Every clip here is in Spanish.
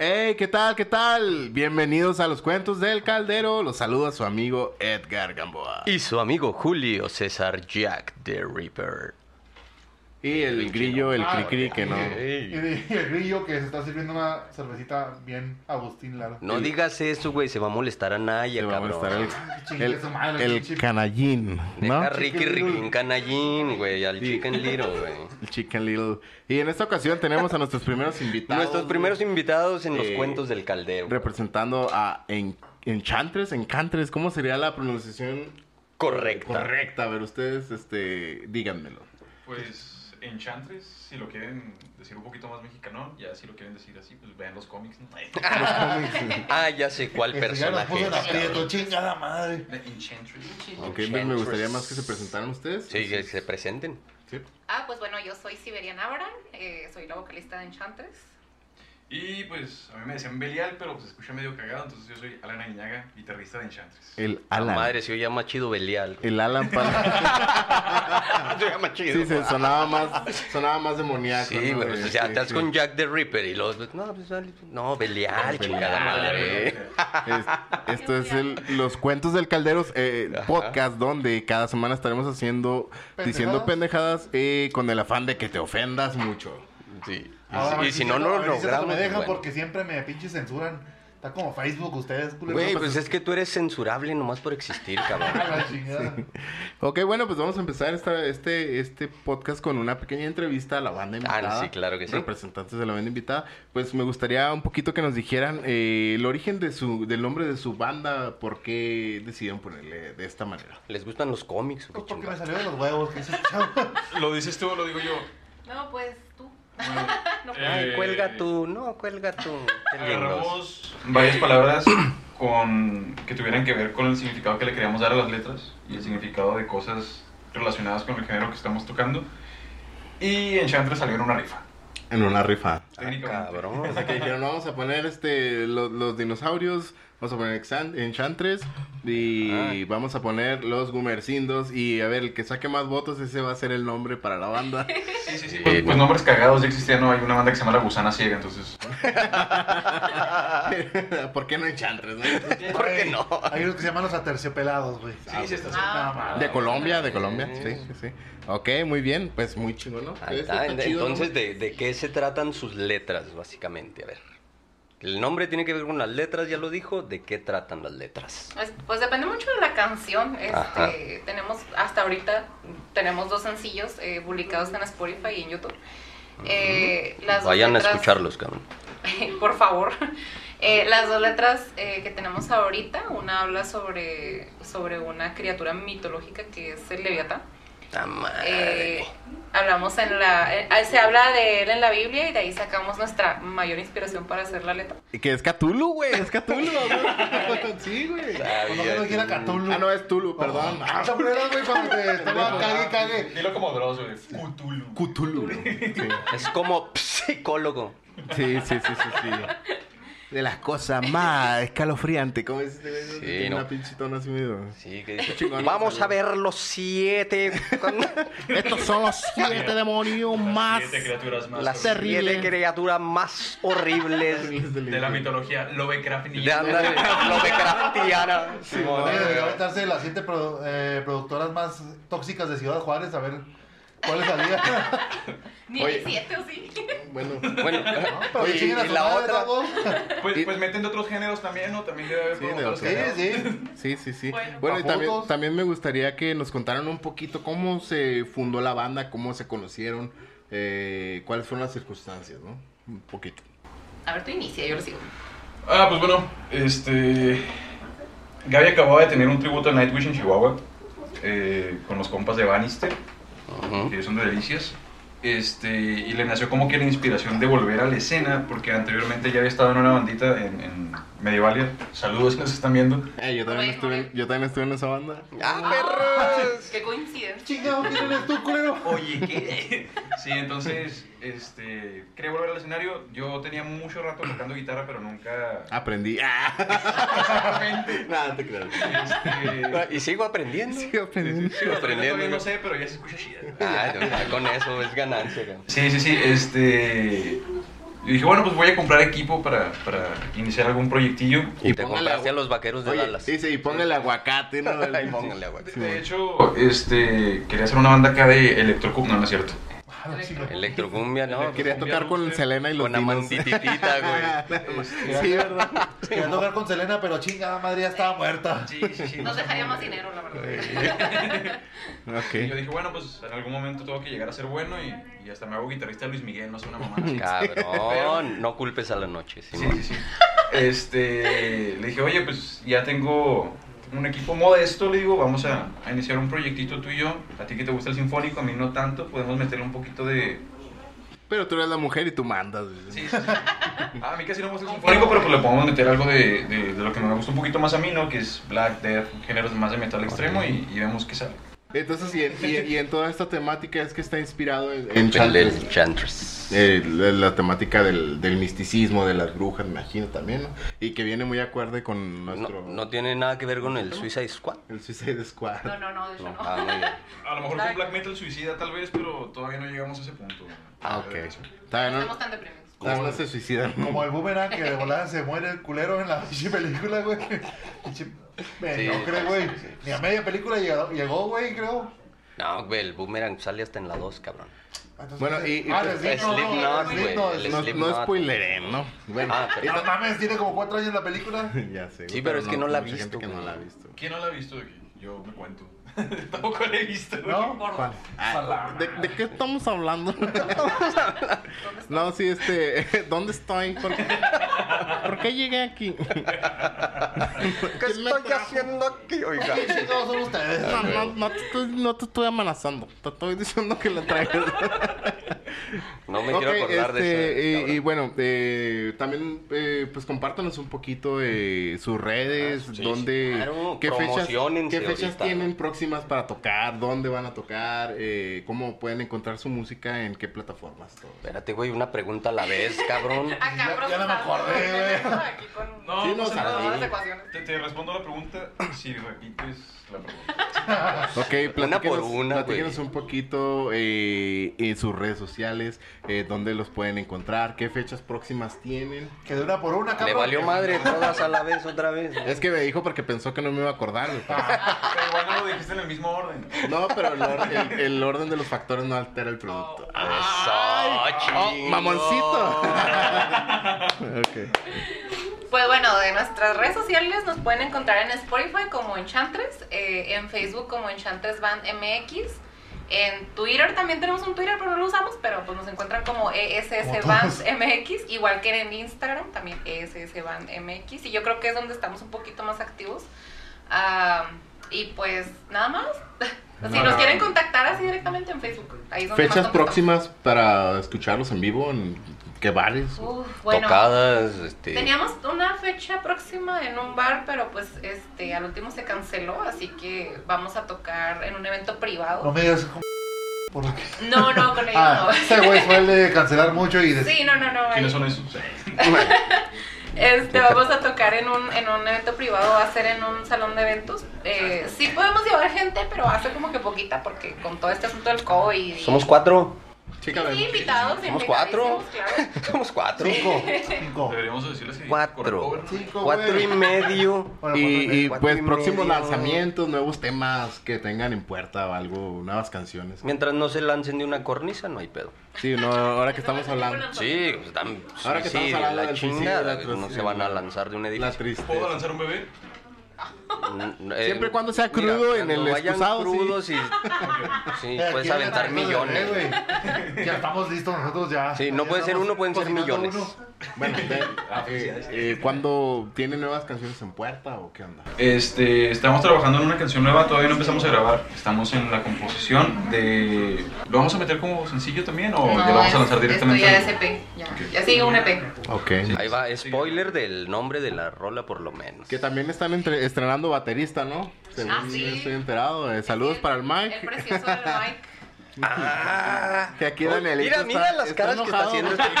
Hey, ¿qué tal? ¿Qué tal? Bienvenidos a los cuentos del caldero. Los saluda su amigo Edgar Gamboa. Y su amigo Julio César Jack the Ripper. Y el grillo, el cri-cri que no. Ey. Y de- y el grillo que se está sirviendo una cervecita bien Agustín Lara. No digas eso, güey. Se va a molestar a Naya, Se va a cabrón. molestar el, Chingue el- su madre, el pinche- canallín, Deja ¿no? a Ricky Chicken Ricky Little. en canallín, güey. Al Chicken Little, güey. El chicken little. Y en esta ocasión tenemos a nuestros primeros invitados. Nuestros primeros invitados en los Eh, cuentos del caldero. Representando a en, Enchantres, Encantres. ¿Cómo sería la pronunciación Correcta. correcta? A ver, ustedes, este, díganmelo. Pues Enchantress, si lo quieren decir un poquito más mexicano, ya si lo quieren decir así, pues vean los cómics. ¿no? Ah, ya sé cuál Que se la personaje puso en es. aprieto, chingada madre. Enchantress. Ok, pues me gustaría más que se presentaran ustedes. Sí, que se presenten. Sí. Ah, pues bueno, yo soy Siberian Abaran, eh, soy la vocalista de Enchantress. Y pues a mí me decían Belial, pero pues se escucha medio cagado, entonces yo soy Alan Aguinaga, guitarrista de Enchantress. El La Alan. madre se oía más chido Belial. El Alan para... Se oía más chido. Sí, se sonaba más, sonaba más demoníaco. Sí, ¿no, Este, güey. güey? O sea, Sí, estás sí. con Jack the Ripper y los. No, pues, dale, no Belial, chingada Ah, madre. Es- esto es el- los cuentos del calderos eh, Ajá. podcast donde cada semana estaremos haciendo diciendo pendejadas eh, con el afán de que te ofendas mucho. Sí. Y, A ver si- y si no, a no lo ver si esto logramos. me dejan bueno. porque siempre me pinche censuran. Está como Facebook ustedes, culeros. Güey, pues es que tú eres censurable nomás por existir, A cabrón. la chingada. Ok, bueno, pues vamos a empezar esta- este, este podcast con una pequeña entrevista a la banda invitada. Ah, sí, claro que sí. Representantes de la banda invitada. Pues me gustaría un poquito que nos dijeran eh, el origen de su, del nombre de su banda, por qué decidieron ponerle de esta manera. ¿Les gustan los cómics o qué Pues porque me chingada? salió de los huevos. que ese chavo- ¿Lo dices tú o lo digo yo? No, pues tú. Bueno, No, eh, Ay, cuelga tú, no, cuelga tú. Qué lindos. Agarramos varias palabras con, que tuvieran que ver con el significado que le queríamos dar a las letras y el significado de cosas relacionadas con el género que estamos tocando. Y Enchantress salió en una rifa. En una rifa. Ah, Técnicamente. cabrón. O sea, que dijeron, vamos a poner este los, los dinosaurios, vamos a poner Exan- Enchantress y Ay. vamos a poner los Gumercindos y a ver, el que saque más votos, ese va a ser el nombre para la banda. Sí, sí, sí. Eh, Pues, pues no. nombres cagados ya existían, ¿no? Hay una banda que se llama La Gusana Ciega, entonces. ¿Por qué no Enchantress? no? ¿Por qué no? Hay unos que se llaman los aterciopelados, güey. Sí, sí, está Ah, De Colombia, de Colombia, sí, Eh. sí, sí. Ok, muy bien, pues muy chingón, ¿no? Ahí Está está, chido, ¿no? Entonces, ¿de, de qué se tratan sus letras, básicamente? A ver. El nombre tiene que ver con las letras, ya lo dijo. ¿De qué tratan las letras? Pues, pues depende mucho de la canción. Ajá. Este, tenemos, hasta ahorita, tenemos dos sencillos eh, publicados en Spotify y en YouTube. Eh, las dos Vayan a letras- escucharlos, cabrón. por favor. Eh, las dos letras eh, que tenemos ahorita, una habla sobre, sobre una criatura mitológica que es el Leviatán. La madre. Eh, hablamos en la. eh, se habla de él en la Biblia y de ahí sacamos nuestra mayor inspiración para hacer la letra. Y Que es Cthulhu, güey, es Cthulhu, güey. Sí, güey. Sabía Cuando no dijera tú. Cthulhu. Ah, no, es Tulu, perdón. Ah, te acuerdas, güey, cuando te estaba cague y cague. Dilo como Dross, güey. Cthulhu. Cthulhu. güey. Sí. Es como psicólogo. Sí, sí, sí, sí, sí. De las cosas más escalofriantes. ¿Cómo es? Sí, Tiene una no. pinche tono así medio. Sí, que dice, Chingón, Vamos salió. a ver los siete. con- Estos son los siete demonios más. Siete criaturas más. las horribles siete criaturas más horribles De la mitología de Lovecraftiana. andar Lovecraftiana. Simón. Oye, Ah, debería aventarse las siete produ- eh, productoras más tóxicas de Ciudad Juárez a ver cuáles salía. Ni Oye. el siete o sí. Bueno. Bueno, Pero oye, chinguen a y su la madre, otra. todos. Pues, pues meten de otros géneros también, ¿no? También debe haber Sí, de como otros otros Sí, géneros. Sí, sí. sí, sí. Bueno, Bueno. y Pa' también, fotos. también me gustaría que nos contaran un poquito cómo se fundó la banda, cómo se conocieron, eh, cuáles fueron las circunstancias, ¿no? Un poquito. A ver, tú inicia, yo lo sigo. Ah, pues bueno, este. Gaby acababa de tener un tributo a Nightwish en Chihuahua eh, con los compas de Bannister, Ujú. que son de delicias. Este, y le nació como que la inspiración de volver a la escena, porque anteriormente ya había estado en una bandita en, en Medievalia. Saludos si nos están viendo. Eh, yo, también Oye, estuve, en- oye. yo también estuve en esa banda. ¡Ah, perros! Qué coincidencia. Chingado, ¿quién eres tú, culero? Oye, ¿qué? Sí, entonces, este, quería volver al escenario. Yo tenía mucho rato tocando guitarra, pero nunca... Aprendí. Ah, Exactamente. nada, te creo. Este, Y sigo aprendiendo. Sí, aprendí. sí, la Aprendiendo. todavía no sé, pero ya se escucha chida. Ah, ya, con eso es ganancia. cabrón. Sí, sí, sí, este... Y dije, bueno, pues voy a comprar equipo para, para iniciar algún proyectillo. Y Y póngale te compraste agua- a los vaqueros de Oye, Dallas. sí, sí, y póngale aguacate, ¿no? Ay, póngale aguacate. De, Sí, de hecho, este, quería hacer una banda acá de electrocub, no, no es cierto. Ah, la chica. Electrocumbia, ¿no? Electro- Quería tocar con Cumbia, Selena y los Con la Dinos. mantititita, güey. Este, Sí, ¿verdad? Quería tocar con Selena, pero chingada madre ya estaba muerta. Sí, sí, sí. Nos dejaría más dinero, la verdad. Y yo Ok. dije, bueno, pues en algún momento tengo que llegar a ser bueno y, y hasta me hago guitarrista de Luis Miguel, no sé, una mamá. así. Cabrón, no culpes a la noche, Sí, Simón. sí, sí. Este, le dije, oye, pues ya tengo un equipo modesto, le digo, vamos a, a iniciar un proyectito tú y yo. A ti que te gusta el sinfónico, a mí no tanto, podemos meterle un poquito de... Pero tú eres la mujer y tú mandas. Sí, sí, sí. Ah, a mí casi no me gusta el sinfónico, pero pues le podemos meter algo de, de- de lo que me gusta un poquito más a mí, ¿no? Que es Black Death, géneros más de metal extremo y, y vemos qué sale. Entonces, y en, y- y en toda esta temática es que está inspirado en, en El Chandler. Enchantress. Eh, la, la temática del, del misticismo, de las brujas, me imagino también, ¿no? Y que viene muy acorde con No, nuestro. no tiene nada que ver con el Suicide Squad. El Suicide Squad. No, no, no, de hecho No, no. ah, muy bien. A lo mejor fue un black metal suicida tal vez, pero todavía no llegamos a ese punto. Ah, ok. Todavía no, Estamos tan deprimidos. todavía no se suicidan. Como el boomerang que de volada se muere el culero en la pinche película, güey. Pinche mediocre, sí, güey. sí, sí. Ni a media película llegó, llegó, güey, creo. No, güey, el boomerang sale hasta en la 2, cabrón. Entonces, Bueno, y- y- Ah, el Slipknot, Slipknot, el güey, Slipknot, el el No, Slipknot. no spoileren, ¿no? Bueno, Ah, pero- No mames, tiene como cuatro años la película. ya sé. güey, Sí, pero es que no la ha mucha gente visto, que no güey. la ha visto. ¿Quién no la ha visto de aquí? Yo me cuento. Tampoco la he visto. ¿No? ¿Cuál? Ah, ¿de, de qué estamos hablando? ¿Dónde está? no, sí, este. ¿Dónde estoy? ¿Por qué, ¿por qué llegué aquí? ¿Qué estoy haciendo aquí, oiga? ¿Qué chingados son ustedes? No, no, no te estoy, no te estoy amenazando. Te estoy diciendo que la traigas. No me Ok, quiero acordar este, de eso. y- Y, cabrón. bueno, eh, también eh, pues compártanos un poquito eh, sus redes, Ah, sí, dónde, sí, claro, qué fechas, promociónense qué fechas ahorita, tienen ¿no? próximas para tocar, dónde van a tocar, eh, cómo pueden encontrar su música, en qué plataformas. todo. Espérate, güey, una pregunta a la vez, cabrón. Ya- Acá, ya no me procesando. acordé, güey. Aquí con No, Sí, no, no, pasa nada. todas las ecuaciones. Te, te respondo la pregunta si repites la pregunta. Ok, Una por platíquenos- una, platíquenos güey. un poquito eh, en sus redes sociales, eh, dónde los pueden encontrar, qué fechas próximas tienen. Que de una por una, Le cabrón. valió madre todas a la vez otra vez. Es que me dijo porque pensó que no me iba a acordar. güey. Pero igual no lo dijiste en el mismo orden. Ah, No, pero el, or- el- el orden de los factores no altera el producto. Ah, Eso, chingo. mamoncito. ok. Pues bueno, de nuestras redes sociales nos pueden encontrar en Spotify como Enchantress, eh, en Facebook como Enchantress Band MX, en Twitter también tenemos un Twitter, pero no lo usamos, pero pues nos encuentran como Como ESS todos. Band MX, igual que en Instagram también E ESS Band MX, y yo creo que es donde estamos un poquito más activos. Ah, y pues nada más, si Nada. nos quieren contactar así directamente en Facebook, ahí es donde más Fechas contestamos. próximas para escucharlos en vivo, en qué bares. Uf, bueno. Tocadas, este. Teníamos una fecha próxima en un bar, pero pues este al último se canceló, así que vamos a tocar en un evento No privado. me digas cómo- por lo que. No, no, con ellos Ah, ese güey suele cancelar mucho y no. decir. Sí, no, no, no. ¿Quiénes ahí. son esos? Este, vamos a tocar en un, en un evento privado, va a ser en un salón de eventos. Eh, sí podemos llevar gente, pero va a ser como que poquita, porque con todo este asunto del COVID y... Somos cuatro. Chica, Sí, invitados, Somos cuatro. invitadísimos, claro. Somos cuatro. Cinco. Cinco. Deberíamos decirles que... Cuatro. Cinco, Cuatro güey. y medio. Bueno, cuatro Y, y, eh, Cuatro pues y próximos medio. lanzamientos, nuevos temas que tengan en puerta o algo, nuevas canciones. Mientras no se lancen de una cornisa, no hay pedo. Sí, no, ahora que Eso va estamos a ser con hablando. nosotros. Sí, pues, tam- Ahora que sí, estamos hablando la del suicidio, chingada, la no tras- se van a lanzar de un La edificio. ¿Puedo tristeza. lanzar un bebé? N- eh, Siempre y cuando sea crudo en cuando el vayan excusado, sí. crudos y sí, Eh, puedes ¿quién aventar está hablando de millones. bebé, ¿eh, güey? Ya estamos listos nosotros ya. Sí, no Ya puede ser estamos uno, pueden ser cocinando millones. uno. Bueno, de- eh, eh, ¿cuándo tiene nuevas canciones en puerta o qué onda? Este, estamos trabajando en una canción nueva, todavía no empezamos a grabar. Estamos en la composición de... ¿Lo vamos a meter como sencillo también o ya lo vamos a es- lanzar directamente? Esto ya es al- EP, ya, ya sigue un E EP. Ok. Ahí va, spoiler del nombre de la rola por lo menos. Que también están entre- estrenando baterista, ¿no? Según Ah, sí. estoy enterado. Eh, saludos para el Mike. El precioso del Mike. Ah, Que aquí oh, Danielito Mira, está- mira las está caras que está enojado. haciendo este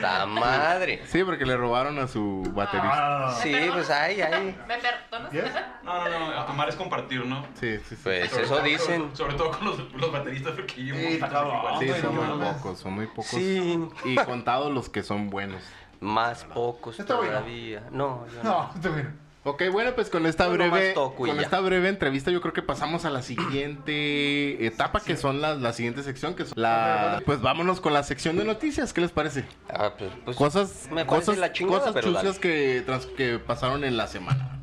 La madre. Sí, porque le robaron a su baterista. Ah, Sí, pues ay, ay. ¿Me perdonas? ¿Yes? No, no, no, a tomar es compartir, ¿no? Sí, sí, sí. Pues Sobre eso todo- dicen. Sobre todo con los, los bateristas, porque yo Sí, cabrón. Sí, Hombre, son no muy mames. pocos, son muy pocos. Sí. Y contados los que son buenos. Más pocos Está bueno. todavía. No, yo no. No, te mira. Ok, bueno, pues con esta Yo nomás breve toco y con ya. esta breve entrevista yo creo que pasamos a la siguiente etapa que son las la siguiente sección que son la pues vámonos con la sección de noticias, ¿qué les parece? Ah, pues, pues, Cosas me parece cosas la chingada, cosas pero dale. chuscas que trans- que pasaron en la semana.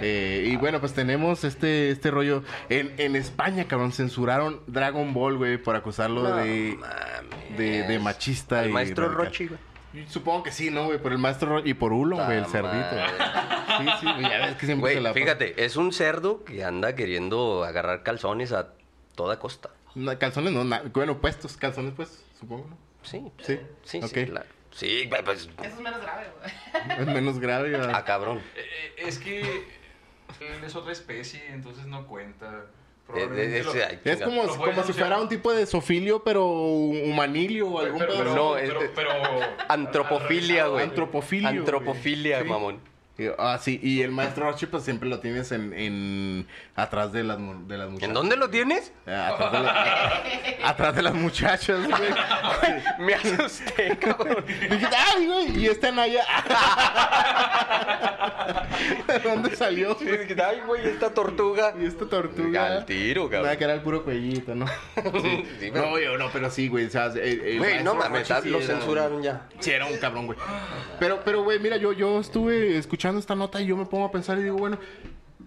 Eh, y bueno, pues tenemos este este rollo en, en España, cabrón, censuraron Dragon Ball, güey, por acusarlo No de mames. de- de machista El y maestro radical. Rochi, güey. Supongo que sí, ¿no, güey? Por el maestro Ro- y por Ulo, güey, el Ta cerdito. Sí, sí, güey, ya ves que siempre se Güey, la pasa. fíjate, es un cerdo que anda queriendo agarrar calzones a toda costa. No, calzones no, na- bueno, puestos, calzones pues, supongo, ¿no? Sí. Sí, Sí, ok. sí, claro. Sí, güey, pues, Eso es menos grave, güey. Es menos grave. ¿verdad? a cabrón. Eh, Eh, Es que él es otra especie, entonces no cuenta. Eh, eh, Probablemente Es lo- ay, Es chinga. como, Lo voy a como si denunciar. fuera un tipo de sofilio, pero humanilio o algún Pero- pedo pero- así. No, pero- este- pero- Antropofilia, güey. Antropofilio, güey. Antropofilia, Sí. mamón. Y- Ah, sí, y el maestro Archie pues siempre lo tienes en, en atrás de las, mu- de las muchachas. ¿En dónde lo tienes? Ah, Atrás de, las- atrás de las muchachas, güey. Me asusté, cabrón. Dije, ay, güey, y esta Naya. ¿De dónde salió? Sí, güey? dije, Ay, güey, esta tortuga. Y esta tortuga. Al tiro, cabrón. Nada, que era el puro cuellito, ¿no? Sí, pero- no, yo no, pero sí, güey. O sea, el- el Güey, maestro no mames, ah, Rochi sí lo era- censuraron ya. Sí, era un cabrón, güey. Pero, pero, güey, mira, yo, yo estuve escuchando esta nota y yo me pongo a pensar y digo, bueno,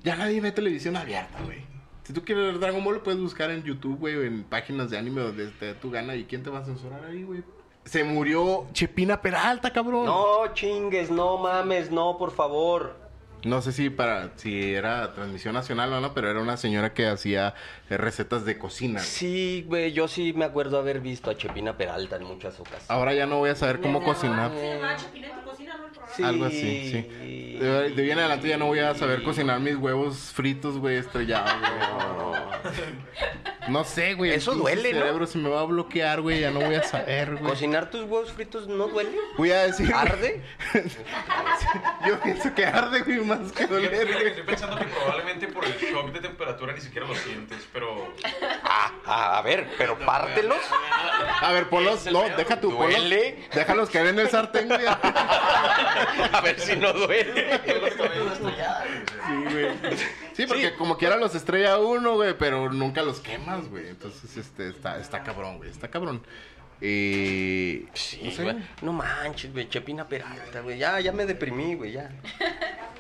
ya nadie ve televisión abierta, güey. Si tú quieres ver Dragon Ball, lo puedes buscar en YouTube, güey, o en páginas de anime donde te dé tu gana. ¿Y quién te va a censurar ahí, güey? Se murió Chepina Peralta, cabrón. No chingues, no mames, no, por favor. No sé si para si era transmisión nacional o no, pero era una señora que hacía eh, recetas de cocina. güey. Sí, güey, yo sí me acuerdo haber visto a Chepina Peralta en muchas ocasiones. Ahora ya no voy a saber cómo cocinar. Se llamaba Chapina en tu cocina, ¿no? El programa. Sí. Algo así, sí. De, de hoy en adelante ya no voy a saber cocinar mis huevos fritos, güey, estrellados, güey. No sé, güey. el Eso pinche duele, ¿no? cerebro se me va a bloquear, güey. Ya no voy a saber, güey. ¿Cocinar tus huevos fritos no duele? Voy a decir. güey, ¿Arde? Yo pienso que arde, güey, más que Fíjate- doler, fíjate que güey. Estoy pensando que probablemente por el shock de temperatura ni siquiera lo sientes, pero. Ah, ah, a ver, pero pártelos. A ver, ponlos. No, deja tu ponlos. Duele. Déjalos caer en el sartén, güey. A ver si no duele. Todos los cabellos estrellados, güey. Sí, güey. Sí, porque como quiera los estrella uno, güey, pero nunca los quemas, güey. Entonces, este, está, está cabrón, güey. Está cabrón. Eh, no Sí, sé, güey. No manches, güey, Chepina Peralta, güey. Ya, ya me deprimí, güey, ya.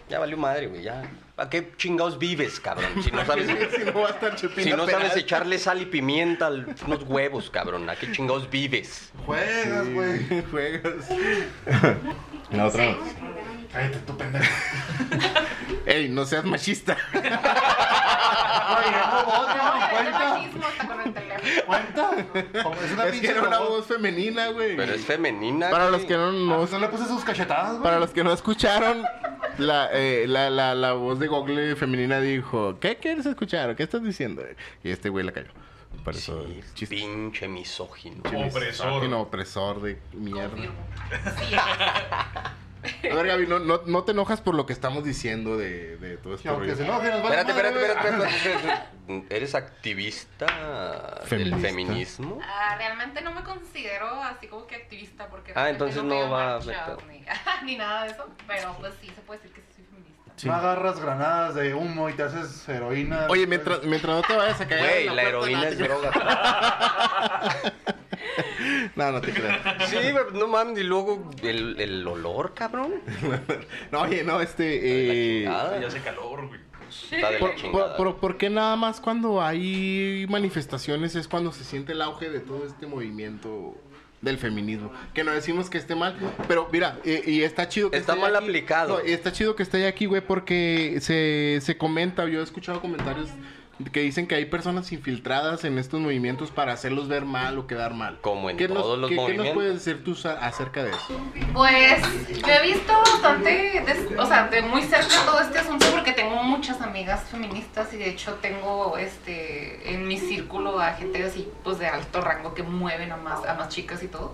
Ya valió madre, güey, ya. ¿Para qué chingados vives, cabrón? Si no sabes, si no va a estar Chepina si no sabes Peralta. echarle sal y pimienta a unos huevos, cabrón. ¿A qué chingados vives? Juegas, güey. Juegos. La otra. Cállate, tú pendejo. Ey, no seas machista. Ay, es robot, No, güey, es el cuenta. machismo está con el teléfono. Cuenta. Como Es una Es que pinche era una robot. voz femenina, güey. Pero es femenina. Para güey. los que no, no- No, pues no le puse sus cachetadas, güey. para los que no escucharon, la, eh, la, la, la voz de Google femenina dijo, ¿qué quieres escuchar? ¿Qué estás diciendo? Y este güey la cayó. Por eso, Sí, chiste. pinche misógino. Opresor. Misógino, opresor de mierda. Confirmo. A ver, Gaby, no, no, no te enojas por lo que estamos diciendo de, de todo este Y esto. aunque se enoje, nos va Espérate, espérate, espérate, espérate, espérate, espérate. ¿Eres activista del Feminista. feminismo? Ah, realmente no me considero así como que activista porque Ah, realmente entonces veo no va a marchas haber pedo. ni, ni nada de eso, pero pues sí se puede decir que sí soy feminista. Sí. No agarras granadas de humo y te haces heroína. Oye, mientras, mientras no te vayas a caer. Güey, en la puerta, heroína no, es te- droga. No, no te creas. Sí, pero no mames, y luego el, el olor, cabrón. No, oye, no, La este. eh, chingada. Ya hace calor, güey. Está de la por, chingada. por- por- ¿por qué nada más cuando hay manifestaciones es cuando se siente el auge de todo este movimiento del feminismo? Que no decimos que esté mal, pero mira, eh, y está chido que Está esté mal aquí. aplicado. No, y está chido que esté aquí, güey, porque se, se comenta, yo he escuchado comentarios que dicen que hay personas infiltradas en estos movimientos para hacerlos ver mal o quedar mal. Como en ¿Qué nos- todos los qué- ¿Qué nos movimientos. puedes decir tú sa- acerca de eso? Pues yo he visto bastante, des- o sea, de muy cerca todo este asunto porque tengo muchas amigas feministas y de hecho tengo este en mi círculo a gente así pues de alto rango que mueven a más a más chicas y todo.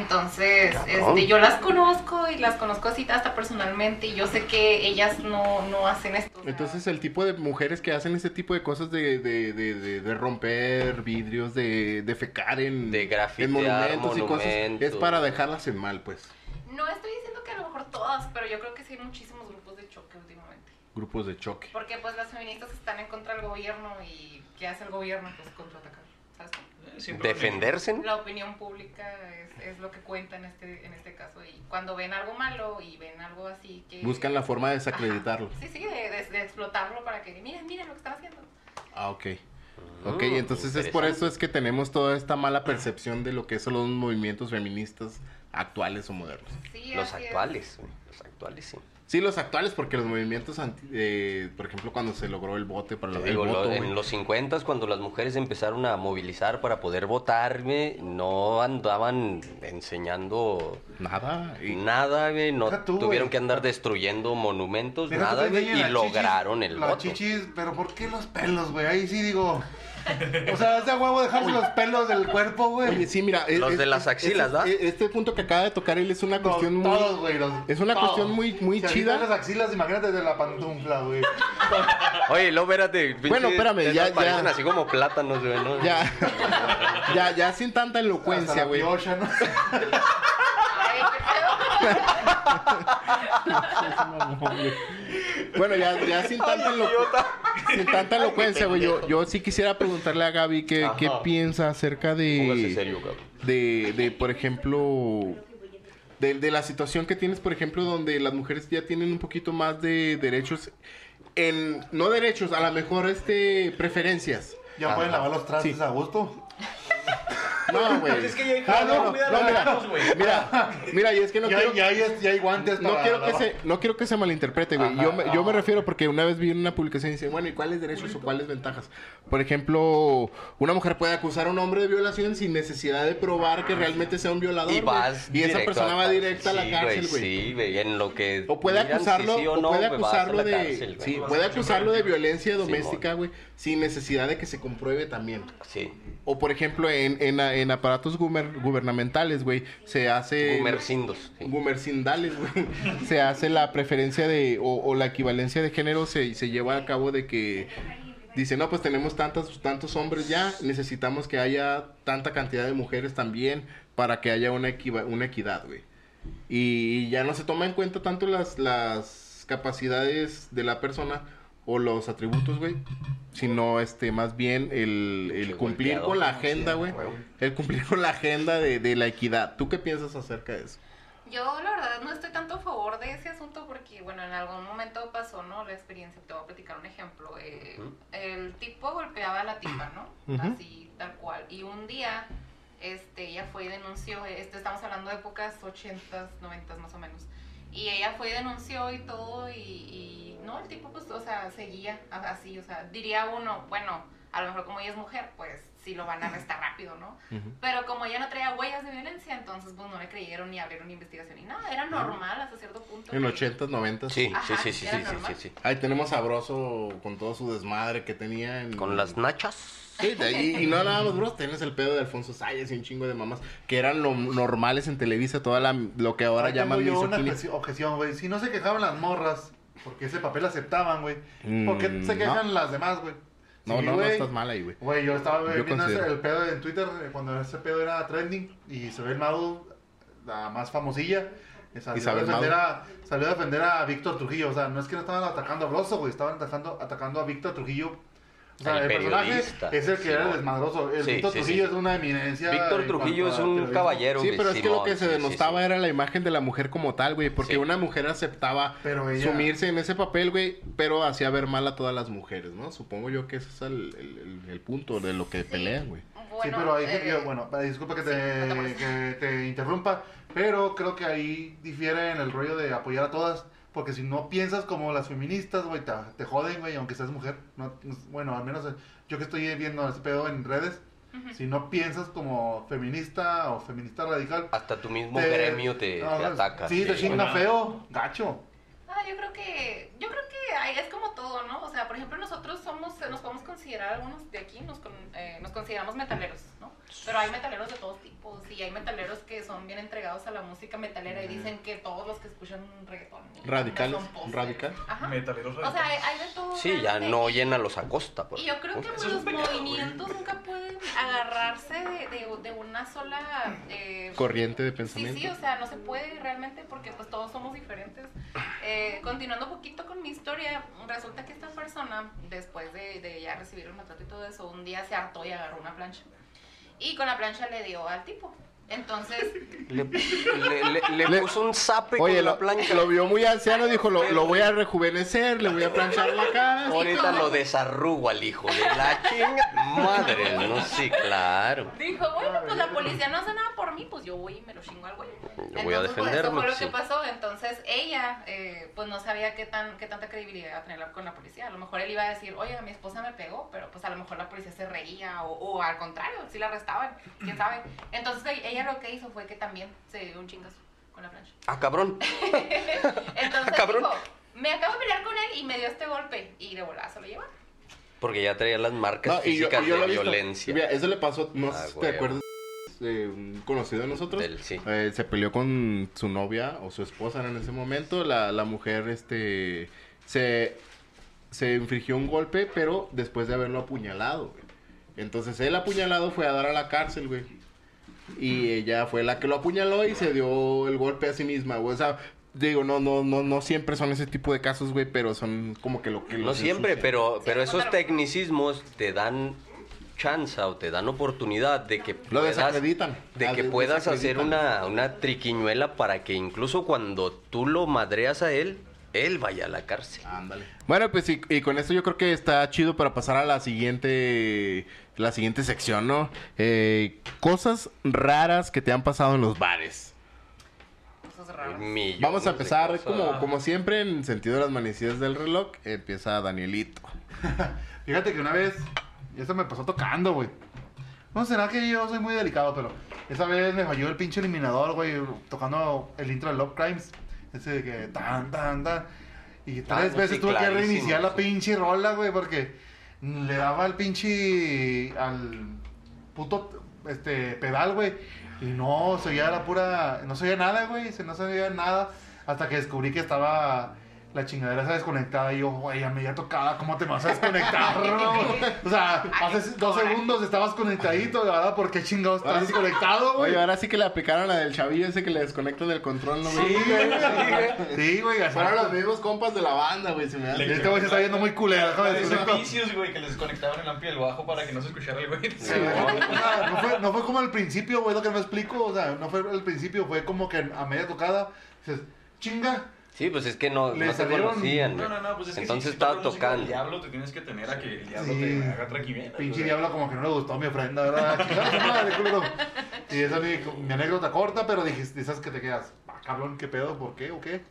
Entonces, este yo las conozco y las conozco así hasta personalmente y yo sé que ellas no, no hacen esto. o sea, Entonces el tipo de mujeres que hacen ese tipo de cosas de, de, de, de- de romper vidrios, de, de fecar en, De grafitear en monumentos y cosas, es monumentos. para dejarlas en mal, pues. no estoy diciendo que a lo mejor todas, pero yo creo que sí hay muchísimos grupos de choque últimamente. Grupos de choque. Porque pues las feministas están en contra del gobierno y ¿qué hace el gobierno? Pues contraatacar. ¿Sabes? cómo? Siempre- ¿Defenderse? La opinión pública es, es lo que cuenta en este, en este caso. Y cuando ven algo malo y ven algo así que... Buscan la forma de desacreditarlo. Sí, sí, de, de- de explotarlo para que miren, miren lo que están haciendo. Ah, ok. Mm, Ok, entonces es por interesante. eso es que tenemos toda esta mala percepción de lo que son los movimientos feministas actuales o modernos. Sí, Los así es. actuales, güey, los actuales sí. Sí, los actuales, porque los movimientos, anti- eh, por ejemplo, cuando se logró el bote para Te el digo, lo- voto, güey. en los 50 cuando las mujeres empezaron a movilizar para poder votar, güey, no andaban enseñando nada. y- nada, güey, no Deja tú, tuvieron güey. que andar destruyendo monumentos, Deja tú nada, que güey, enseñen y las lograron chichis, el las voto. chichis, pero ¿por qué los pelos, güey? Ahí sí digo. O sea, es de huevo dejarse los pelos del cuerpo, Oye, güey. sí, mira. es- Los es- de las es- axilas, es- ¿va? es- Este punto que acaba de tocar él es una Los- cuestión muy. todos, güey, los- es una todos. cuestión muy, muy Si chida. agitas las axilas, imagínate de la pantufla, güey. Oye, lo espérate. pinche, espérame, tetas ya, ya. parecen así como plátanos, güey, ¿no? Ya, ya, ya sin tanta Hasta elocuencia, la güey. piocha, ¿no? Ay, qué pedo. Bueno, ya, ya sin tanta elocuencia. Idiota. Sin tanta elocuencia, güey. Yo, yo sí quisiera preguntarle a Gaby qué, Ajá. qué piensa acerca Póngase de, serio, cabrón. de, de, por ejemplo, de, de la situación que tienes, por ejemplo, donde las mujeres ya tienen un poquito más de derechos, en no derechos, a lo mejor este preferencias. Ya pueden lavar los trastes Sí. a gusto. No, güey. Es que ya hay Ah, no, no, comida no, de mira, gatos, güey. mira, mira, y es que no ya, quiero, ya hay, ya hay guantes no para quiero que lavar. se, no quiero que se malinterprete, güey. Ajá, Yo me, yo me ah, refiero porque una vez vi en una publicación y dice, bueno, ¿y cuáles derechos o cuáles ventajas? Por ejemplo, una mujer puede acusar a un hombre de violación sin necesidad de probar que realmente sea un violador. Ah, Y güey. vas Y esa directo persona a- va directa a la Sí, cárcel, güey. Sí, güey, en lo que O puede miran si acusarlo, sí o no, puede güey, vas a la acusarlo de, cárcel, güey. sí, puede acusarlo de violencia doméstica, Simón. güey, sin necesidad de que se compruebe también. Sí. O por ejemplo, en, en, en aparatos gumer- gubernamentales, güey, se hace... Gumercindos. sí. Gumercindales, güey. Se hace la preferencia de, o, o la equivalencia de género se, se lleva a cabo de que dice, no, pues tenemos tantos, tantos hombres ya, necesitamos que haya tanta cantidad de mujeres también para que haya una, equiva- una equidad, güey. Y, ya no se toma en cuenta tanto las, las capacidades de la persona o los atributos, güey, sino este, más bien el, el Qué cumplir golpeado, con la ¿no? agenda, Sí, güey. huevo. El cumplir con la agenda de, de la equidad. ¿Tú qué piensas acerca de eso? Yo la verdad no estoy tanto a favor de ese asunto porque, bueno, en algún momento pasó, ¿no? La experiencia, te voy a platicar un ejemplo. eh, Ujú. El tipo golpeaba a la tipa, ¿no? Ujú. Así, tal cual. Y un día, este, ella fue y denunció, este, estamos hablando de épocas 80, 90 más o menos. Y ella fue y denunció y todo, y, y, no, el tipo, pues, o sea, seguía a- así, o sea, diría uno, bueno, a lo mejor como ella es mujer, pues, sí lo van a arrestar rápido, ¿no? Pero como ella no traía huellas de violencia, entonces pues no le creyeron ni abrieron investigación ni nada. Era normal hasta cierto punto. En que- 80s, 90s. Sí, sí, Ajá, sí, sí, sí, era sí, sí, normal. sí. Ahí tenemos a Broso con todo su desmadre que tenía. En... Con las nachas. Sí, de ahí- y no nada más Broso, tenés el pedo de Alfonso Sayas y un chingo de mamás que eran lo- normales en Televisa, toda la, lo que ahora Ahí llaman tengo yo una misoginia. objeción- objeción, güey. Si no se quejaban las morras, porque ese papel aceptaban, güey. ¿Por qué Mm, se quejan no. las demás, güey? No, Sí, no, no güey. estás mal ahí, güey. Güey, yo estaba Yo viendo ese- considero. el pedo en Twitter eh, cuando ese pedo era trending y se ve el Mau, la más famosilla. que Salió, Isabel a defender a, salió a defender a Víctor Trujillo. O sea, no es que no estaban atacando a Broso, güey. Estaban atacando, atacando a Víctor Trujillo. O sea, Al el, personaje periodista, es el que sí, era el güey. desmadroso. El Sí, Víctor sí, sí, Trujillo sí. es una eminencia. Víctor en Trujillo cuanto es a un periodismo. caballero, Sí, güey, pero es que lo Simón, que se sí, sí, denostaba sí. era la imagen de la mujer como tal, güey, porque Sí. una mujer aceptaba Pero ella- sumirse en ese papel, güey, pero hacía ver mal a todas las mujeres, ¿no? Supongo yo que ese es el, el- el- el punto de lo que Sí. pelean, güey. Bueno, sí, pero ahí, eh, yo- bueno, eh, disculpa que sí, te, no te molestes. que te interrumpa, pero creo que ahí difiere en el rollo de apoyar a todas, Porque si no piensas como las feministas, güey, te, te joden, güey, aunque seas mujer. No, pues, bueno, al menos eh, yo que estoy viendo ese pedo en redes, si no piensas como feminista o feminista radical, Hasta tu mismo te- gremio te, no, Ah, te no, ataca. Sí, te sí. chinga Ajá. feo, gacho. Ah, yo creo que, yo creo que ahí es como todo, ¿no? O sea, por ejemplo, nosotros somos, nos podemos considerar, algunos de aquí nos, con- eh, nos consideramos metaleros, ¿no? Pero hay metaleros de todos tipos y hay metaleros que son bien entregados a la música metalera y dicen que todos los que escuchan reggaetón... y Radical, son posers. radical. Ajá. Metaleros O sea, hay, hay de todo. Sí, ya realmente. no oyen a los Acosta. por Y yo creo que ejemplo. Eso pues, es los un pecado, güey. movimientos nunca pueden agarrarse de, de- de una sola... eh, Corriente de Sí, pensamiento. sí, o sea, no se puede realmente porque pues todos somos diferentes. Eh, continuando un poquito con mi historia, resulta que esta persona, después de, de ya recibir el maltrato y todo eso, un día se hartó y agarró una plancha. Y con la plancha le dio al tipo. Entonces, Le, le- le- le Le- puso un zape Oye, con lo, la plancha. lo vio muy anciano, dijo, lo, lo voy a rejuvenecer, le voy a planchar la cara. Ahorita lo desarrugo al hijo de la chinga. Madre, no, sí, claro. dijo, bueno, pues la policía no hace nada por mí, pues yo voy y me lo chingo al güey. Yo voy a Entonces, pues, eso defenderme. fue lo sí. que pasó. Entonces, ella, eh, pues no sabía qué, tan, qué tanta credibilidad iba a tener la- con la policía. A lo mejor él iba a decir, oye, mi esposa me pegó, pero pues a lo mejor la policía se reía o, o al contrario, si la arrestaban, quién sabe. Entonces, e- ella lo que hizo fue que también se dio un chingazo con la plancha. Ah, cabrón. Entonces, Cabrón. dijo, me acabo de pelear con él y me dio este golpe y de volada se lo lleva. Porque ya traía las marcas No, y yo- físicas y yo lo de he visto. violencia. Mira, eso le pasó, no Ah, sé si te güey. acuerdas, eh, un conocido de nosotros. Del- sí. eh, se peleó con su novia o su esposa en ese momento. La, la mujer, este, se, se infligió un golpe, pero después de haberlo apuñalado, güey. Entonces el apuñalado fue a dar a la cárcel, güey. Y ella fue la que lo apuñaló y se dio el golpe a sí misma, güey. O sea, digo, no, no, no, no siempre son ese tipo de casos, güey, pero son como que lo que No los siempre, ensucia. pero, pero esos claro. tecnicismos te dan chance o te dan oportunidad de que Lo puedas, desacreditan. de Ah, que des- puedas hacer desacreditan. una, una triquiñuela para que incluso cuando tú lo madreas a él, él vaya a la cárcel. Bueno, pues y, y con esto yo creo que está chido para pasar a la siguiente la siguiente sección, ¿no? Eh, cosas raras que te han pasado en los bares. Cosas raras. Millones Vamos a de empezar cosas. como, como siempre en sentido de las manecillas del reloj, empieza Danielito. Fíjate que una vez, y eso me pasó tocando, güey. No será que yo soy muy delicado, pero esa vez me falló el pinche eliminador, güey, tocando el intro de Love Crimes. Ese de que tan, tan, tan. Y Ah, tres no, veces sí, tuve que clarísimo, reiniciar la sí. pinche rola, güey, porque le daba al pinche. al puto este, pedal, güey. Y no se oía la pura. No se oía nada, güey. se- No se oía nada. Hasta que descubrí que estaba la chingadera esa desconectada. Y yo, güey, a media tocada, ¿cómo te vas a desconectar, güey? O sea, hace dos segundos estabas conectadito, de verdad, ¿por qué chingados estás desconectado, güey? Oye, ahora sí que le aplicaron la del chavillo ese que le desconectan del control, ¿no? Sí, güey? güey. Sí, güey. o sea, Fueron los mismos compas de la banda, güey, se me hace. Este güey se está viendo muy culero, déjame Los decirlo. servicios, güey, que les desconectaban el amplio y el bajo para que no se escuchara el güey. Sí, güey. O sea, no, fue, no fue como al principio, güey, lo que no explico. O sea, no fue al principio, fue como que a media tocada. Dices, chinga. Sí, pues es que no, Le no se salieron- conocían. No, no, no, pues es que Entonces si- si estaba tocas música del tocando. diablo te tienes que tener a que el diablo Sí. te haga traquimena. Pinche diablo, como que no le gustó mi ofrenda, ¿verdad? Chingada su madre, culero. Y esa es mi, mi anécdota corta, pero dije, de esas que te quedas, "Ah, cabrón, ¿qué pedo? ¿Por qué? ¿O qué?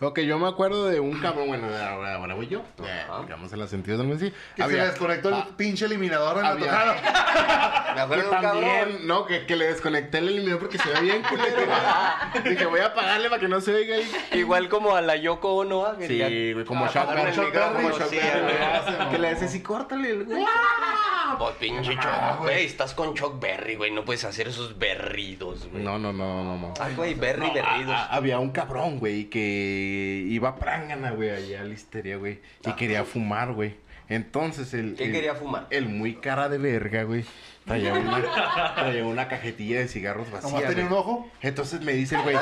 Ok, yo me acuerdo de un cabrón, bueno, ahora, ahora voy yo. Ajá. Vamos a las sentidos del mensaje. Que se le desconectó el pinche eliminador en Ah. había- la tocada. Me Que acuerdo de un cabrón. también, no, que, que le desconecté el eliminador porque se ve bien culero. Dije, voy a apagarle para que no se oiga ahí. Igual como a la Yoko Ono, ah, que ya- Sí, güey, como Ah, shotgun, agarra el shotgun, micrófono, como sí, shotgun, güey. güey. Que le hace así, córtale el güey. Ah, Pues pinche mamada, Chuck, güey. güey, estás con Chuck Berry, güey, no puedes hacer esos berridos, güey. No, no, no, no, no. Ah, güey, Berry No, ah, berridos. a- a- había un cabrón, güey, que iba a prangana, güey, allá a la histeria, güey. Y quería fumar, güey. Entonces el. ¿Qué el- quería fumar? El muy cara de verga, güey. Traía una, traía una cajetilla de cigarros vacía. Nomás tenía un güey. ojo. Entonces me dice el güey.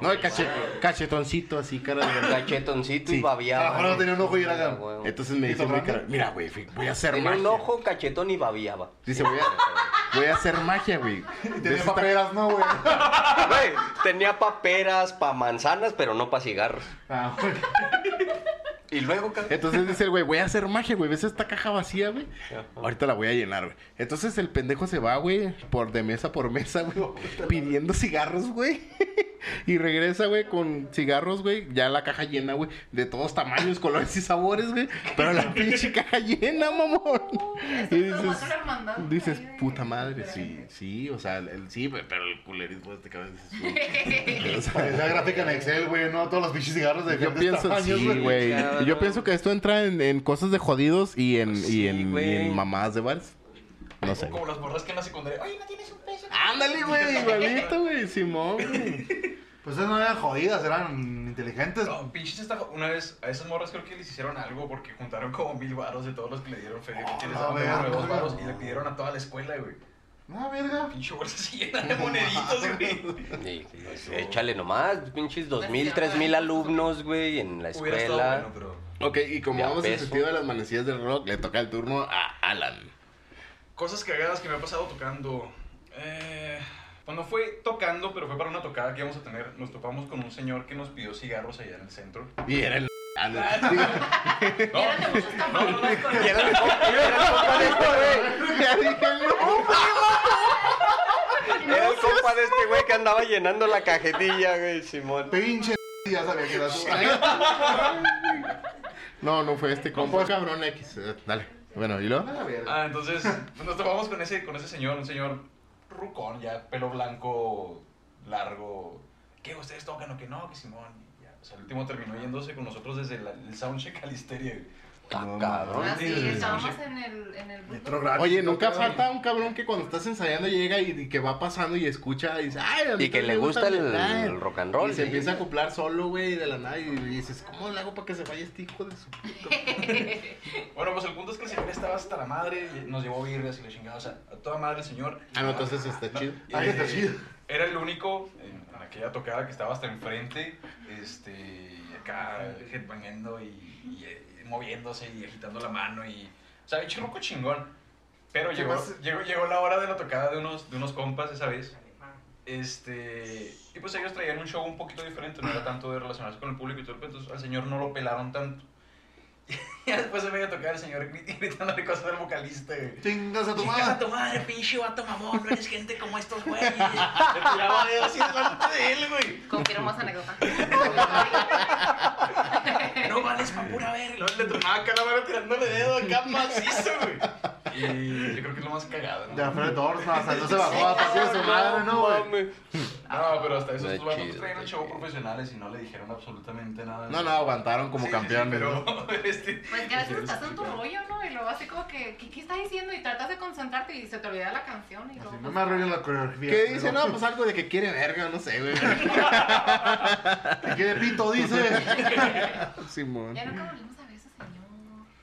No, el cache- cachetoncito así, cara de verga. Cachetoncito y Sí. babiaba. Ah, bueno, güey. tenía un ojo y era- Ah, güey. Entonces me ¿Y dice, tocando? güey, cara, mira, güey, fui- voy a hacer Tenía magia. un ojo, cachetón y babiaba. Dice, voy a, voy a hacer magia, güey. Y De tenía esta- paperas, ¿no, güey? Güey, tenía paperas pa' manzanas, pero no pa' cigarros. Ah, güey. Y luego, cabrón. Entonces dice el güey, voy a hacer magia, güey. ¿Ves esta caja vacía, güey? Ahorita la voy a llenar, güey. Entonces el pendejo se va, güey, por de mesa por mesa, güey, pidiendo cigarros, güey. Y regresa, güey, con cigarros, güey. Ya la caja llena, güey. De todos tamaños, colores y sabores, güey. Pero la pinche caja llena, mamón. Eso Y es como dices, otra hermandad. dices, Ay, puta madre, sí, literalmente. sí. O sea, el, sí, pero el culerismo de este cabrón dices, "Uy". O sea, Esa gráfica en Excel, güey, no todos los pinches cigarros Yo de diferentes pienso, tamaños, sí, güey. Claro. Yo pienso que esto entra en, en cosas de jodidos y en, y Pues Sí, en, y güey. en mamadas de bares. No sé. Como las morras que en la secundaria. Oye, no tienes un peso. Ándale, güey, igualito, güey, Simón. güey. Pues esas no eran jodidas, eran inteligentes. Oh. No, pinches esta. Una vez a esas morras creo que les hicieron algo porque juntaron como mil varos de todos los que le dieron feria. que les la daban Ah, verga. como dos varos y le pidieron a toda la escuela, güey. No, verga. Pinche bolsa se llena de moneditos, güey. Sí, sí, sí, échale nomás, pinches dos mil, tres mil alumnos, güey, en la Hubiera estado bueno, escuela. pero. Ok, y como Ya vamos en peso. sentido de las manecillas del rock, le toca el turno a Alan. Cosas cagadas que me ha pasado tocando. Eh, cuando fue tocando, pero fue para una tocada que íbamos a tener, nos topamos con un señor que nos pidió cigarros allá en el centro. Y era el. Ah, no. Digo, No, no, no, no. Y era el compa- era el compa de este güey, ya dije, no. era el compa de este güey que andaba llenando la cajetilla, güey, Simón. Pinche. Ya sabía que era su. No, no fue este compa. Cabrón X. eh, Dale. Bueno, ¿y luego? Ah, verga. Ah, entonces pues, nos topamos con ese, con ese señor, un señor rucón, ya, pelo blanco, largo. ¿Qué? ¿Ustedes tocan o que no? Que Simón. Y ya, pues, al último terminó yéndose con nosotros desde la- el soundcheck al histeria. Está cabrón. Ah, sí, estábamos en el, en el grupo. Metrograd. Oye, nunca falta un cabrón que cuando estás ensayando llega y, y que va pasando y escucha y dice, ay, a mí Y que también le me gusta el, metal". el rock and roll. Y se sí. empieza a acoplar solo, güey, de la nada. Y, y dices, ¿cómo le hago para que se vaya este hijo de su puta? Bueno, pues el punto es que el señor estaba hasta la madre, y nos llevó birrias y la chingada, o sea, a toda madre el señor. Ah, no, entonces está No, chido. eh, Ah, está chido. Era el único eh, en, en aquella tocada que estaba hasta enfrente, este, acá headbangando y, y, eh, moviéndose y agitando la mano y, o sea, hecho roco chingón. Pero ¿Qué llegó, más? llegó, llegó la hora de la tocada de unos, de unos compas esa vez. Este, y pues ellos traían un show un poquito diferente, no era tanto de relacionarse con el público y todo, pues, entonces al señor no lo pelaron tanto. Y después se veía tocar el señor grit- gritándole cosas al vocalista, güey. Chingas a tu Chingas a madre. tu madre, pinche vato mamón, no eres gente como estos güeyes. Le tiraba dedos así delante de él, güey. Confirmó esa anécdota. No vales pa' pura verga. Luego Le tronaba acá la mano tirándole dedo acá macizo, güey. Y yo creo que es lo más cagado, ¿no? De Alfred Dorsman, o sea, no se bajó a partir de Ah, pues, su madre, no, güey. Ah, mames. No, pero hasta eso, Está estos vatos chido, traían un está show chido. profesionales y no le dijeron absolutamente nada. No, no, aguantaron como Sí, sí, sí, campeones. ¿no? pero, este, Pues que a veces estás en tu rollo, ¿no? Y luego así como que, ¿qué, qué estás diciendo? Y tratas de concentrarte y se te olvida la canción. Y Así, luego, pues No me arruinen la coreografía. ¿Qué dice? pero- No, pues algo de que quiere verga, no sé, güey. Que quede pito, dice. Simón. Ya nunca volvimos a ver a ese señor.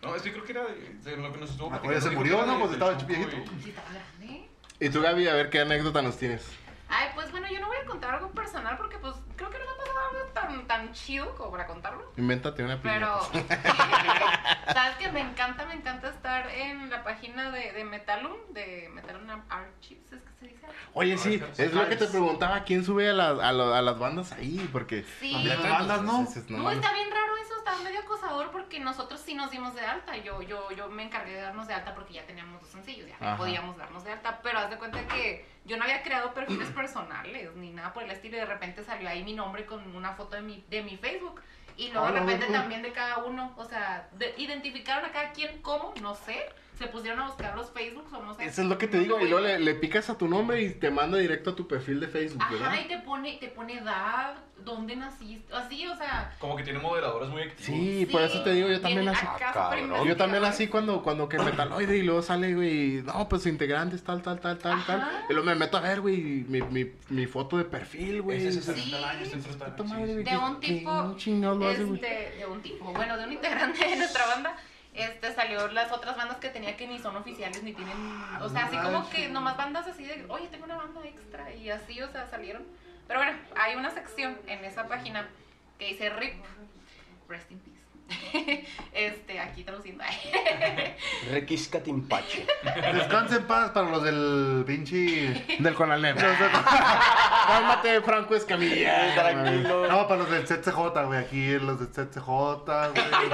No, es que creo que era de, de lo que nos estuvo Ah, platicando, ya se dijo murió, que era ¿no? Pues del estaba Chuco viejito. y- Sí, está grande. Y tú, Gaby, a ver qué anécdota nos tienes. Ay, pues bueno, yo no voy a contar algo personal porque pues creo que no me ha pasado algo tan, tan chido como para contarlo. Invéntate una piñata. Pero, ¿sabes que Me encanta, me encanta estar en la página de, de Metalum, de Metalum Archives, ¿es que se dice? Ah, Oye, sí, Ajá, es lo que te sí. preguntaba, ¿quién sube a las, a la- a las bandas ahí? Porque... Sí. la neta, Las bandas, ¿no? dices, No, mames. está bien raro eso, está medio acosador porque nosotros sí nos dimos de alta. Yo, yo, yo me encargué de darnos de alta porque ya teníamos dos sencillos, ya Ajá. podíamos darnos de alta. Pero haz de cuenta que yo no había creado perfiles personales ni nada por el estilo. Y de repente salió ahí mi nombre con una foto de mi, de mi Facebook. Y luego Ah, de Hola, repente loco. también de cada uno. O sea, de- identificaron a cada quien cómo, no sé. Se pusieron a buscar los Facebooks o no sé. Eso es lo que te digo, y luego le, le picas a tu nombre y te manda directo a tu perfil de Facebook, ¿verdad? Ajá, y te pone, te pone edad, dónde naciste, así, o sea. Como que tiene moderadores muy activos. Sí, por eso te digo, yo también tiene así. acá Ah, súper Yo cabrón. también investigadores. así cuando, cuando que metaloide y luego sale, güey, no, pues integrantes, tal, tal, tal, tal, tal. Ajá. Y luego me meto a ver, güey, mi, mi, mi foto de perfil, güey. Ese es Sí. 70 años, dentro está- Puta sí, madre, sí. güey, De ¿qué- un qué tipo, chingados lo hace, güey? Este, de un tipo, bueno, de un integrante de nuestra banda. Este, salió las otras bandas que tenía que ni son oficiales ni tienen, o sea, así como que nomás bandas así de, oye, tengo una banda extra y así, o sea, salieron. Pero bueno, hay una sección en esa página que dice RIP, Rest in Peace. Este, aquí traduciendo. Requisca timpache. Descansa en paz para los del pinche. este Del Conalep. Cálmate, Franco Escamilla. No, para los del ZCJ, güey. Aquí los del ZCJ, güey.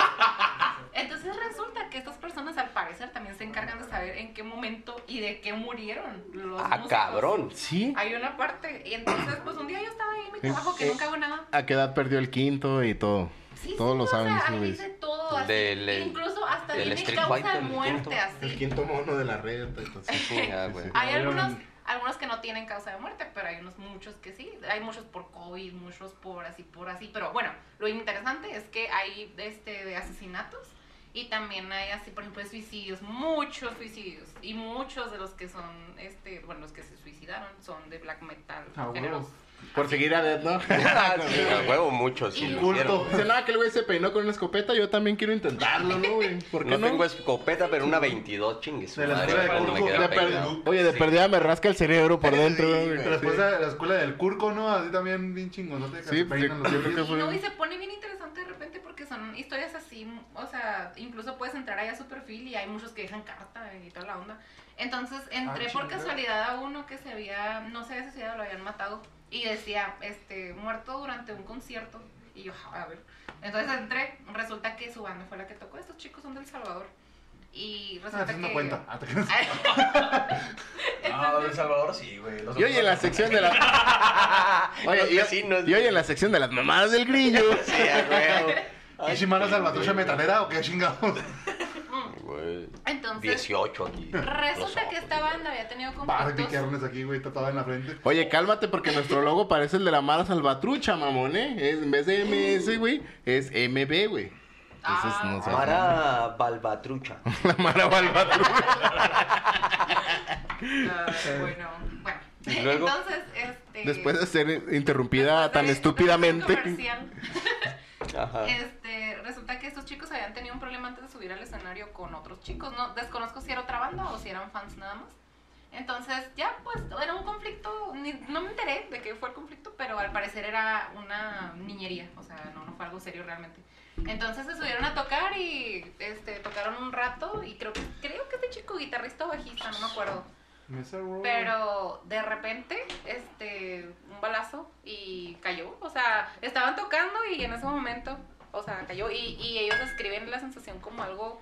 Entonces resulta que estas personas al parecer también se encargan de saber en qué momento y y de qué murieron los Ah, músicos. cabrón. Sí. Hay una parte. Y entonces, pues un día yo estaba ahí en mi trabajo que Eh, nunca hago nada. ¿A qué edad perdió el quinto y todo? Sí, Todos sí, lo o saben. sea, sí lo ahí ves. dice todo, así, Del- el- incluso hasta del viene Street causa Fighter, de el muerte, quinto. así. El quinto mono de la red. Entonces. Sí, ah, güey. Hay Iron algunos, Man. algunos que no tienen causa de muerte, pero hay unos muchos que sí. Hay muchos por COVID, muchos por así, por así. Pero bueno, lo interesante es que hay este de asesinatos y también hay así, por ejemplo, de suicidios, muchos suicidios. Y muchos de los que son, este, bueno, los que se suicidaron son de black metal, Ah, géneros. huevo. Por seguir a Dead, ¿no? Ah, sí, a huevo mucho, Y sí lo culto. hicieron. Dice, nada, que el güey se peinó con una escopeta. Yo también quiero intentarlo, ¿no, güey? ¿Por qué No no? tengo escopeta, pero una 22, chingue su De la madre, escuela de cómo me Kung Fu. queda De per- peinado. Oye, de Sí. perdida me rasca el cerebro por dentro, Sí, güey. Pero pues, después de la escuela del Curco, ¿no? Así también bien chingón. ¿no? Te Sí, peinan sí, los yo creo Ah, labios. que Y, no, fue- y se pone bien interesante de repente porque son historias así, o sea, incluso puedes entrar ahí a su perfil y hay muchos que dejan carta y toda la onda. Entonces entré Ah, por chinga. casualidad a uno que se había, no se había suicidado, lo habían matado y decía, este, muerto durante un concierto. Y yo, "Ja, a ver. Entonces entré, resulta que su banda fue la que tocó, estos chicos son del Salvador. Y Ah, resulta eso que... no cuenta. Ah, te creas. No, Entonces- El Salvador sí, güey. Los Y hoy en la otros- sección de la... Oye, Los y, vecinos, y hoy güey. en la sección de las mamadas del grillo. Sí, a huevo. ¿Y Shimano Salvatrucha metalera o qué chingados? Güey, Entonces, 18 aquí. Los ojos, resulta que esta banda había tenido Barbie, conflictos. que arnes aquí, güey, tatuada en la frente. Oye, cálmate porque nuestro logo parece el de la mala salvatrucha, mamón, ¿eh? Es- en vez de MS, güey, es MB, güey. Entonces, Ah. no sé. Mara Balbatrucha. La mala salvatrucha. Ah, bueno, bueno. Y luego- Entonces, este... Después de ser interrumpida tan Después de- estúpidamente. comercial, Ajá. Este, resulta que estos chicos habían tenido un problema antes de subir al escenario con otros chicos. No, desconozco si era otra banda o si eran fans nada más. Entonces, ya pues era un conflicto, ni- no me enteré de qué fue el conflicto, pero al parecer era una niñería, o sea, no, no fue algo serio realmente. Entonces se subieron a tocar y este, tocaron un rato y creo que, creo que este chico guitarrista o bajista, no me acuerdo. Mesa Roll. Pero de repente, este, un balazo y cayó. O sea, estaban tocando y en ese momento, o sea, cayó. Y, y ellos escriben la sensación como algo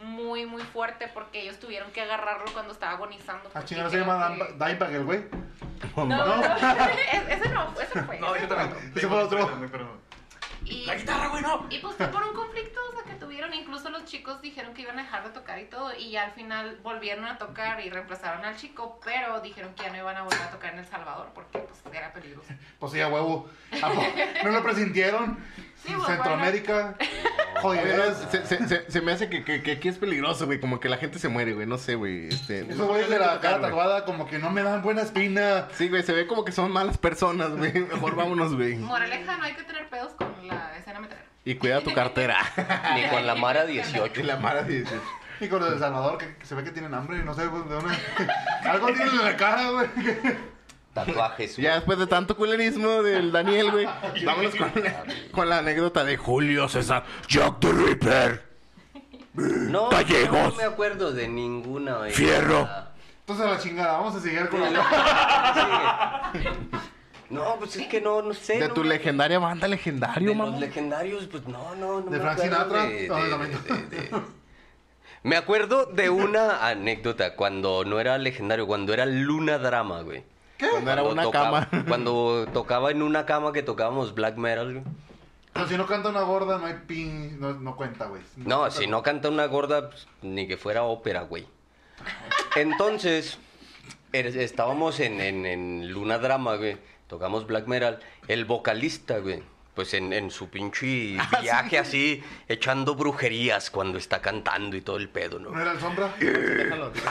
muy, muy fuerte porque ellos tuvieron que agarrarlo cuando estaba agonizando. Ah, porque chingada, se creo llama que- Dan- Dimebag el güey. No, no, no, e- ese no, ese fue. No, yo ese fue también. otro. Ese fue otro. Pero- Y, La guitarra, güey, no. y pues fue por un conflicto o sea, que tuvieron. Incluso los chicos dijeron que iban a dejar de tocar y todo. Y ya al final volvieron a tocar y reemplazaron al chico. Pero dijeron que ya no iban a volver a tocar en El Salvador porque pues era peligroso. Pues sí, a huevo. ¿A poco ¿No lo presintieron? Sí, pues, Centroamérica. Pero Jodideras. se, se- se- se me hace que, que- que aquí es peligroso, güey. Como que la gente se muere, güey. No sé, güey. Este, Esos güeyes de la cara tatuada como que no me dan buena espina. Sí, güey, se ve como que son malas personas, güey. Mejor vámonos, güey. Moraleja, no hay que tener pedos con la escena metalera. Y cuida tu cartera. Ni con la Mara Y 18. la mara dice, Y con los de El Salvador, que, que se ve que tienen hambre, no sé, güey, de una... Algo tienen en la cara, güey. Tatuajes. güey. Ya después de tanto culerismo del Daniel, güey, vámonos con, con la anécdota de Julio César Jack the Ripper. No, Gallegos. no me acuerdo de ninguna. güey. Fierro. Ah, Entonces a la chingada, vamos a seguir con la... sí. No, pues es que no, no sé. De no tu me- legendaria banda de legendario, los mamón. legendarios, pues no, no, no. ¿De me Frank acuerdo Sinatra? de- Ah, de- también. de- de- Me acuerdo de una anécdota cuando no era legendario, cuando era Luna Drama, güey. Cuando era una tocaba, cama. Cuando tocaba en una cama que tocábamos black metal, güey. Pero si no canta una gorda, no hay pin... No, no cuenta, güey. No, si no canta una gorda, pues, ni que fuera ópera, güey. Entonces, er- estábamos en, en- en Luna Drama, güey. Tocamos Black Metal. El vocalista, güey. Pues en, en su pinche viaje así, echando brujerías cuando está cantando y todo el pedo, ¿no? ¿No era el sombra?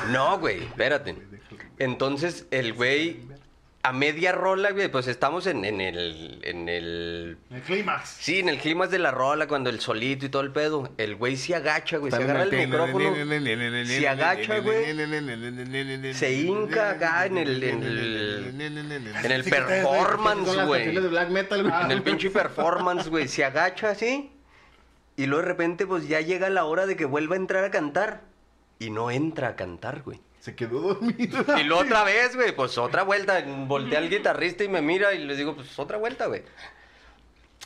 No, güey, espérate. Entonces, el güey, a media rola, güey, pues estamos en, en el, en el El clímax. Sí, en el clima es de la rola, cuando el solito y todo el pedo. El güey se agacha, güey. pues, Se agarra el micrófono, se agacha, güey. se hinca acá en el- en el- en el Sí que ustedes, performance, son las güey. canciones de black metal, Ah, güey. En el pinche performance, güey. Se agacha así. Y luego de repente, pues ya llega la hora de que vuelva a entrar a cantar. Y no entra a cantar, güey. Se quedó dormido. Y luego otra vez, güey, pues otra vuelta. Voltea al guitarrista y me mira y le digo, pues otra vuelta, güey.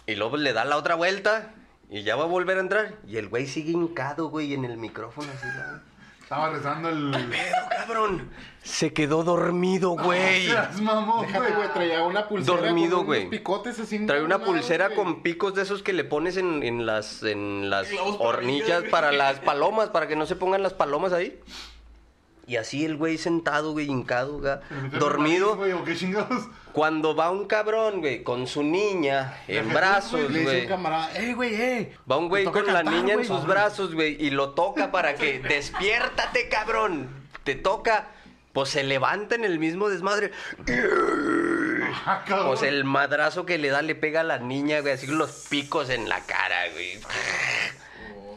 Y luego pues, le da la otra vuelta y ya va a volver a entrar. Y el güey sigue hincado, güey, en el micrófono así, ¿no? Estaba rezando el. Pero, cabrón, se quedó dormido, güey. Ah, Las mamó, Déjate, güey, traía una pulsera. Dormido, con unos güey. picotes así. Trae una encarnados, pulsera güey. con picos de esos que le pones en, en las, en las Clavos para hornillas brillar. para las palomas, para que no se pongan las palomas ahí. Y así el güey sentado, güey, hincado, güey, dormido. Güey, ¿o qué chingados? Cuando va un cabrón, güey, con su niña en Jesús, brazos, Le dice güey. un camarada, ¡eh, güey, eh! Va un güey Te toca con la cantar, niña en güey. sus brazos, güey, y lo toca para que despiértate, cabrón. Te toca. Pues se levanta en el mismo desmadre. Ah, cabrón. Pues el madrazo que le da le pega a la niña, güey, así con los picos en la cara, güey.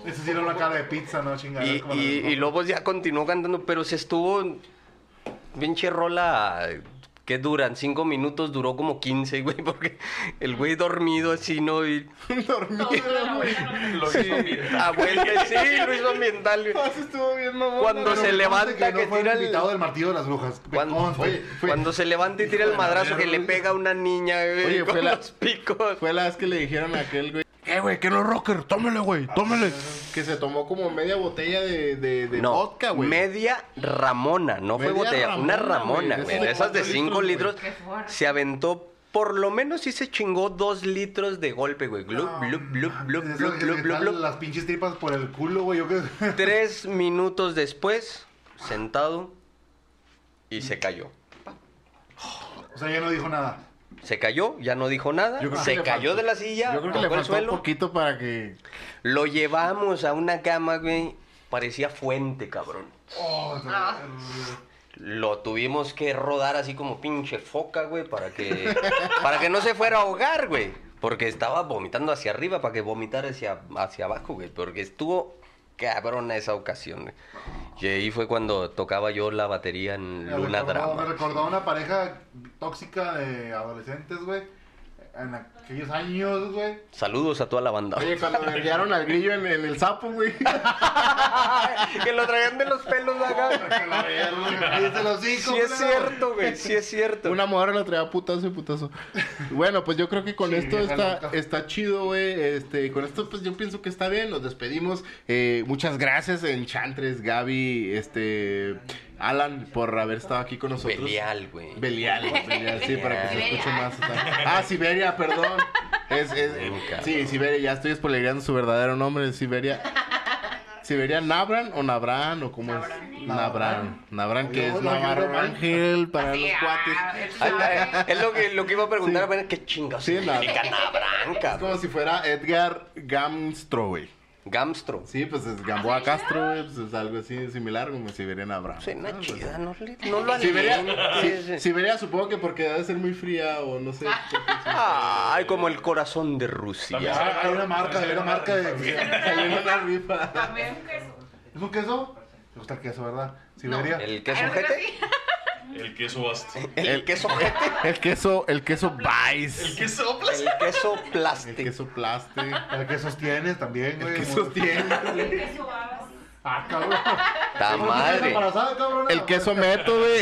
Ese sí era una cara de pizza, ¿no? Chingada. Y, como y, la- y luego ya continuó cantando, pero se estuvo. Pinche rola. ¿Qué duran? Cinco minutos, duró como 15, güey, porque el güey dormido así, ¿no? Y. Dormido, güey. Lo hizo bien. Abuela, sí, lo hizo ambiental, güey. Ah, sí estuvo bien, mamón. Cuando Pero se me levanta, consta que no fue tira el- invitado del martillo de las brujas. Me Cuando, consta. oye, fue- cuando se levanta y tira el madrazo que le pega a una niña, güey, Oye, con fue la- los picos. Fue la vez que le dijeron a aquel, güey. ¿Qué, güey? ¿Qué no rocker? Tómele, güey, tómele. Que se tomó como media botella de, de, de no, vodka, güey. media Ramona, no fue Media botella, Ramona, una güey, Ramona, de güey, esas de de esas de cuatro 5 litros, litros, güey. Qué fuerte. se aventó, por lo menos sí se chingó dos litros de golpe, güey, glup, glup, glup, glup, Esas glup, que glup, le glup, salen glup. Las pinches tripas por el culo, güey. Yo que. Tres minutos después, sentado, y se cayó. O sea, ya no dijo nada. Se cayó, ya no dijo nada, Yo creo que se le cayó faltó- de la silla, Yo creo que le tocó el faltó un suelo. poquito para que. Lo llevamos a una cama, güey. Parecía fuente, cabrón. Oh, Ah. Lo tuvimos que rodar así como pinche foca, güey, para que para que no se fuera a ahogar, güey, porque estaba vomitando hacia arriba para que vomitara hacia hacia abajo, güey, porque estuvo cabrona esa ocasión. güey. Y ahí fue cuando tocaba yo la batería en Me Luna recordó- Me Drama. recordó a una pareja tóxica de adolescentes, güey. En aquellos años, güey. Saludos a toda la banda. Oye, cuando le enviaron al grillo en, en el sapo, güey. que lo traían de los pelos acá. Cállate los hijos, Sí es culero. cierto, güey, sí es cierto. Una morra lo traía putazo y putazo. Bueno, pues yo creo que con Sí, esto vieja está, loca. está chido, güey. Este, con esto, pues yo pienso que está bien. Nos despedimos. Eh, muchas gracias, Enchantres, Gaby, este, Alan, por haber estado aquí con nosotros. Belial, güey. Belial, güey, Belial, sí, para que se Siberia. escuche más. Ah, Siberia, perdón. Es, es, Nunca. sí, Siberia, ya estoy spoilereando su verdadero nombre, Siberia. ¿Siberia Nabran o Nabran o cómo es? Nabran. Nabran. Nabran, que Yo es lo Navarro ayudo, man. Ángel para Así, los ah, cuates. él Ay, ay, sabe. es lo que, lo que iba a preguntar, a ver qué chingados Sí, la- significa nabranca. Es como si fuera Edgar Gamstro, güey. Gamstro. Sí, pues es Gamboa Castro, güey, pues es algo así similar como Siberia Nabran. Suena Ah, pues, chida, no, le- no lo Siberia, alimentes. Si- Siberia supongo que porque debe ser muy fría o no sé. Ay, como el corazón de Rusia. Ah, Hay una marca, hay una marca de. Salió una rifa. También un queso. ¿Es un queso? ¿Te gusta el queso, verdad? Siberia. El Ay, queso no creo jete. así. El queso basta. El, queso jete. El queso, el queso Vice. ¿Qué sopla? El queso El plástico. queso plaste. El que sostienes también, güey. El que sostiene. El queso babas. Ah, cabrón. Ta madre. Embarazada, cabrón. El queso meto, güey.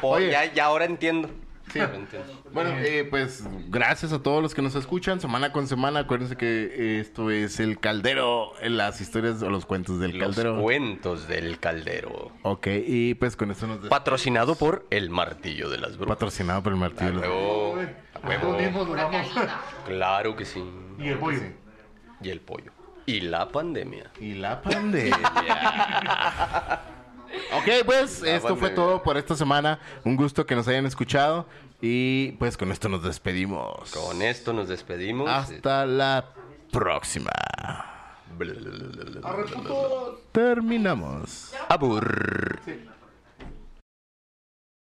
Po- Oye. ya, ya ahora entiendo. Sí. Ahora entiendo. Bueno, eh, pues gracias a todos los que nos escuchan semana con semana. Acuérdense que eh, esto es El Caldero, en las historias o los cuentos del Los Caldero. cuentos del caldero. Ok, y pues con esto nos despedimos. Patrocinado por el martillo de las brujas. Patrocinado por el A Martillo. huevo, a huevo. Nosotros mismos nos vamos. Bacalita. Claro que sí. Y el pollo. Y el pollo. Y la pandemia. Y la pandemia. ok, pues La esto fue pandemia. todo por esta semana. Un gusto que nos hayan escuchado. Y pues con esto nos despedimos. Con esto nos despedimos. Hasta la próxima. Bla, bla, bla, bla, bla, bla, bla, bla. Arre, putos. Terminamos. Abur. Sí.